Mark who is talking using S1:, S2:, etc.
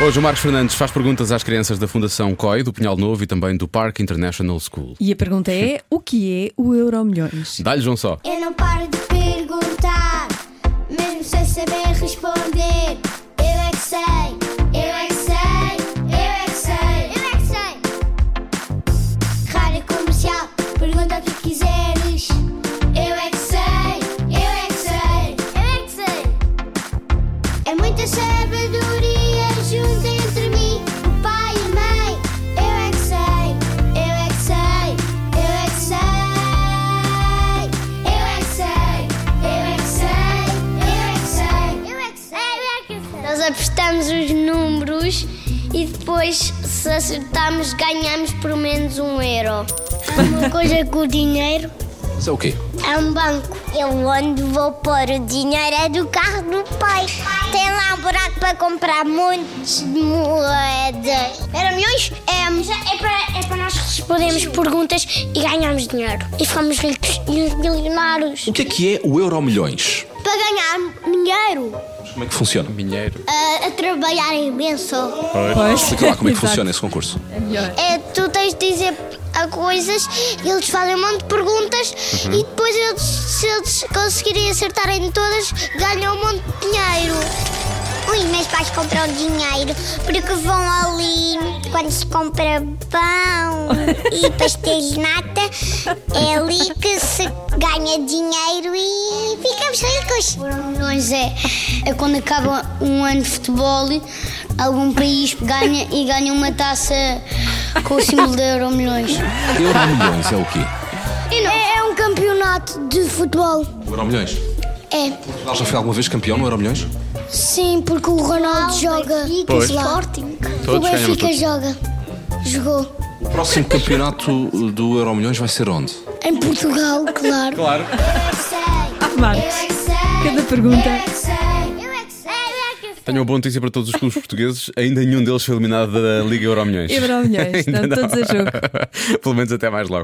S1: Hoje o Marcos Fernandes faz perguntas às crianças da Fundação COI, do Pinhal Novo e também do Parque International School.
S2: E a pergunta é: o que é o Euro Milhões?
S1: Dá-lhe, João Só.
S3: Eu não paro de perguntar, mesmo sem saber responder. Eu é que sei, eu é que sei, eu é que sei, eu é que sei. Rádio comercial, pergunta o que quiseres. Eu é que sei, eu é que sei, eu é que sei. É muita sabedoria junto entre mim, o pai e a mãe. Eu é que sei, eu é que sei, eu é que sei. Eu é que sei, eu é que sei, eu é que sei. Eu é que sei, Nós apostamos os números e depois, se acertarmos, ganhamos por menos um euro. Uma coisa com o dinheiro
S1: Isso é o quê?
S3: é um banco. Eu onde vou pôr o dinheiro é do carro do pai. Tem lá um buraco para comprar montes de moedas. Era milhões? É, é, para, é para nós respondermos perguntas e ganharmos dinheiro. E fomos ricos e uns milionários.
S4: O que é que é o Euro Milhões?
S3: Para ganhar dinheiro,
S4: Como é que funciona?
S1: Dinheiro.
S3: a, a trabalhar imenso.
S2: Pois.
S4: Explica lá como é que
S2: Exato.
S4: funciona esse concurso.
S3: É, tu tens de dizer a coisas, eles fazem um monte de perguntas e depois eles, se eles conseguirem acertarem todas, ganham um monte de dinheiro. Os meus pais compram dinheiro porque vão ali quando se compra pão e pastéis de nata, é ali que se ganha dinheiro e ficamos ricos. Milhões é, é quando acaba um ano de futebol, algum país ganha e ganha uma taça com o símbolo de Euro Milhões.
S4: Euro Milhões é o quê?
S3: É, um campeonato de futebol.
S4: O Euro Milhões.
S3: É.
S4: Portugal já foi alguma vez campeão no Euro Milhões?
S3: Sim, porque o Ronaldo joga.
S1: Pois.
S3: Sporting. O
S1: Todos ganham
S3: Benfica
S1: tudo.
S3: joga. Jogou.
S4: O próximo campeonato do Euro Milhões vai ser onde?
S3: Em Portugal, claro.
S1: Claro.
S2: Ah,
S3: é
S2: Marcos, cada pergunta.
S3: é
S1: Tenho uma boa notícia para todos os clubes portugueses. Ainda nenhum deles foi eliminado da Liga Euro Milhões.
S2: Euro Milhões, estão todos a jogo.
S1: Pelo menos até mais logo.